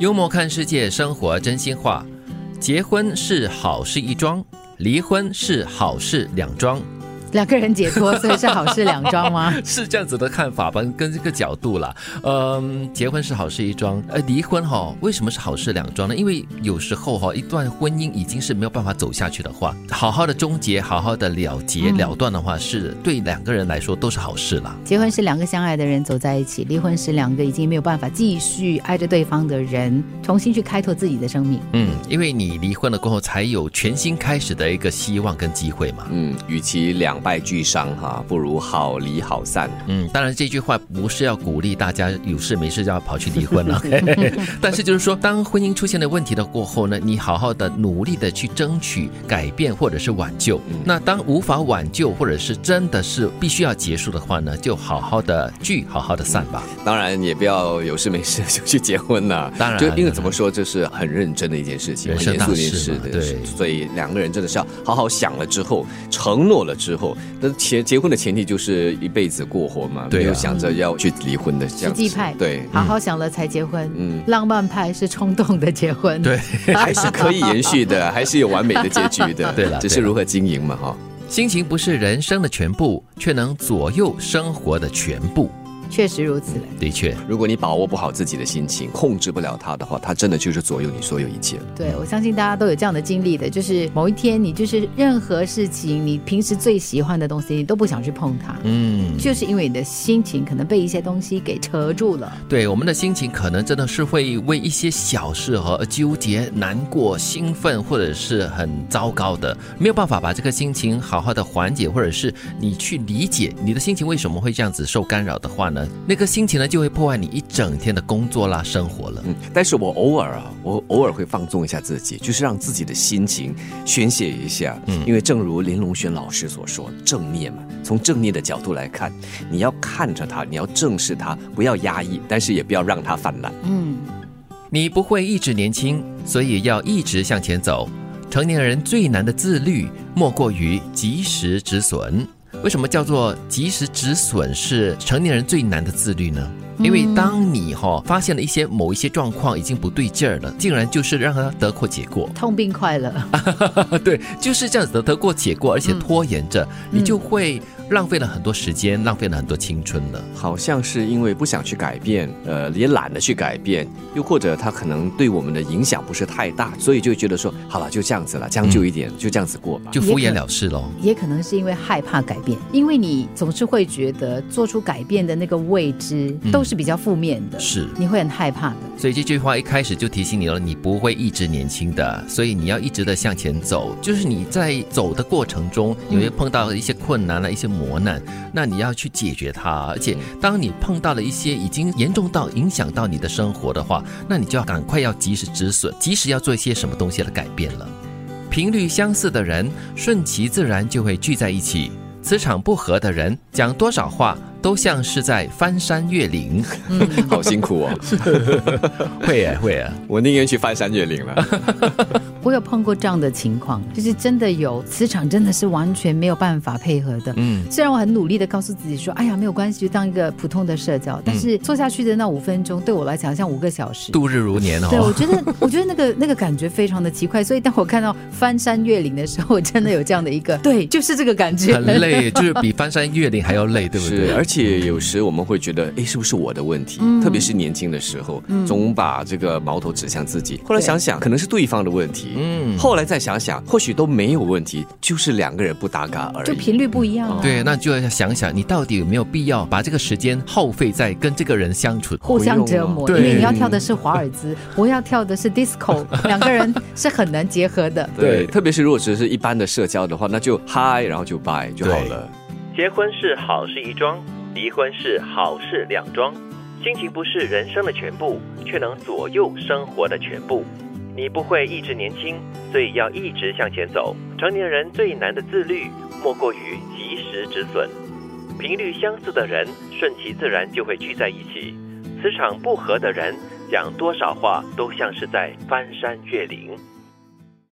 幽默看世界，生活真心话。结婚是好事一桩，离婚是好事两桩，两个人解脱，所以是好事两桩吗？ 是这样子的看法吧，跟这个角度啦。嗯，结婚是好事一桩，呃，离婚哈、为什么是好事两桩呢？因为有时候哈、一段婚姻已经是没有办法走下去的话，好好的终结，好好的了结、嗯了断的话，是对两个人来说都是好事啦。结婚是两个相爱的人走在一起，离婚是两个已经没有办法继续爱着对方的人重新去开拓自己的生命。嗯，因为你离婚了过后，才有全新开始的一个希望跟机会嘛。嗯，与其两败俱伤哈、不如好离好散。嗯，当然这句话不是要鼓励大家有事没事就要跑去离婚了，但是就是说，当婚姻出现了问题的过后呢，你好好的努力的去争取改变或者是挽救。那当无法挽救或者是真的是必须要结束的话呢，就好好的聚，好好的散吧。当然也不要有事没事就去结婚呐、当然就当因为然怎么说，这是很认真的一件事情，人生大很严肃的一件事事嘛对对所以两个人真的是要好好想了之后，承诺了之后，那结结婚的前提就是一辈子过活嘛，对啊没有想着要去离婚的这实样子。际派对，好好想了才结婚，嗯浪漫派是冲动的结婚。对，还是可以延续的，还是有完美的结局的。 对了只对是了如何经营嘛哈。心情不是人生的全部，却能左右生活的全部。确实如此。的确，如果你把握不好自己的心情，控制不了它的话，它真的就是左右你所有一切。对，我相信大家都有这样的经历的，就是某一天你就是任何事情，你平时最喜欢的东西，你都不想去碰它，嗯。就是因为你的心情可能被一些东西给扯住了。对，我们的心情可能真的是会为一些小事和而纠结、难过、兴奋，或者是很糟糕的，没有办法把这个心情好好的缓解，或者是你去理解你的心情为什么会这样子受干扰的话呢，那个心情呢就会破坏你一整天的工作啦、生活了。嗯，但是我偶尔啊，我偶尔会放纵一下自己，就是让自己的心情宣泄一下。嗯，因为正如林龙轩老师所说，正念嘛，从正念的角度来看，你要看着它，你要正视它，不要压抑，但是也不要让它泛滥。嗯，你不会一直年轻，所以要一直向前走。成年人最难的自律，莫过于及时止损。为什么叫做及时止损是成年人最难的自律呢？嗯因为当你哈、发现了一些某一些状况已经不对劲儿了，竟然就是让它得过且 过，痛并快乐。对，就是这样子的得过且过，而且拖延着，嗯你就会浪费了很多时间，浪费了很多青春了。好像是因为不想去改变，呃，也懒得去改变，又或者他可能对我们的影响不是太大，所以就觉得说，好了，就这样子了，将就一点，就这样子过吧。就敷也衍可了事喽。也可能是因为害怕改变，因为你总是会觉得做出改变的那个未知嗯都是比较负面的，是你会很害怕的。所以这句话一开始就提醒你了，你不会一直年轻的，所以你要一直的向前走。就是你在走的过程中，你会碰到一些困难了、啊一些磨难，那你要去解决它。而且，当你碰到了一些已经严重到影响到你的生活的话，那你就要赶快要及时止损，及时要做一些什么东西的改变了。频率相似的人，顺其自然就会聚在一起；磁场不合的人，讲多少话都像是在翻山越岭。好辛苦哦， 会耶，会耶。我宁愿去翻山越岭了。我有碰过这样的情况，就是真的有磁场真的是完全没有办法配合的。嗯，虽然我很努力的告诉自己说，哎呀，没有关系，就当一个普通的社嗯交，但是做下去的那五分钟对我来讲像五个小时。度日如年哦。对，我觉得，我觉得那个 那个感觉非常的奇怪，所以当我看到翻山越岭的时候，我真的有这样的一个，对，就是这个感觉， 很累，就是比翻山越岭还要累，对不对？是，嗯而且有时我们会觉得，哎，是不是我的问题？特别是年轻的时候，总把这个矛头指向自己。后来对想想，可能是对方的问题。嗯嗯，后来再想想，或许都没有问题，就是两个人不搭嘎而已。就频率不一样、啊。对，那就要想想你到底有没有必要把这个时间耗费在跟这个人相处。互相折磨，不因用啊为你要跳的是华尔兹，我要跳的是 disco，两个人是很难结合的。对对，特别是如果只是一般的社交的话，那就嗨，然后就拜就好了。结婚是好事一桩，离婚是好事两桩。心情不是人生的全部，却能左右生活的全部。你不会一直年轻，所以要一直向前走。成年人最难的自律，莫过于及时止损。频率相似的人，顺其自然就会聚在一起；磁场不合的人，讲多少话都像是在翻山越岭。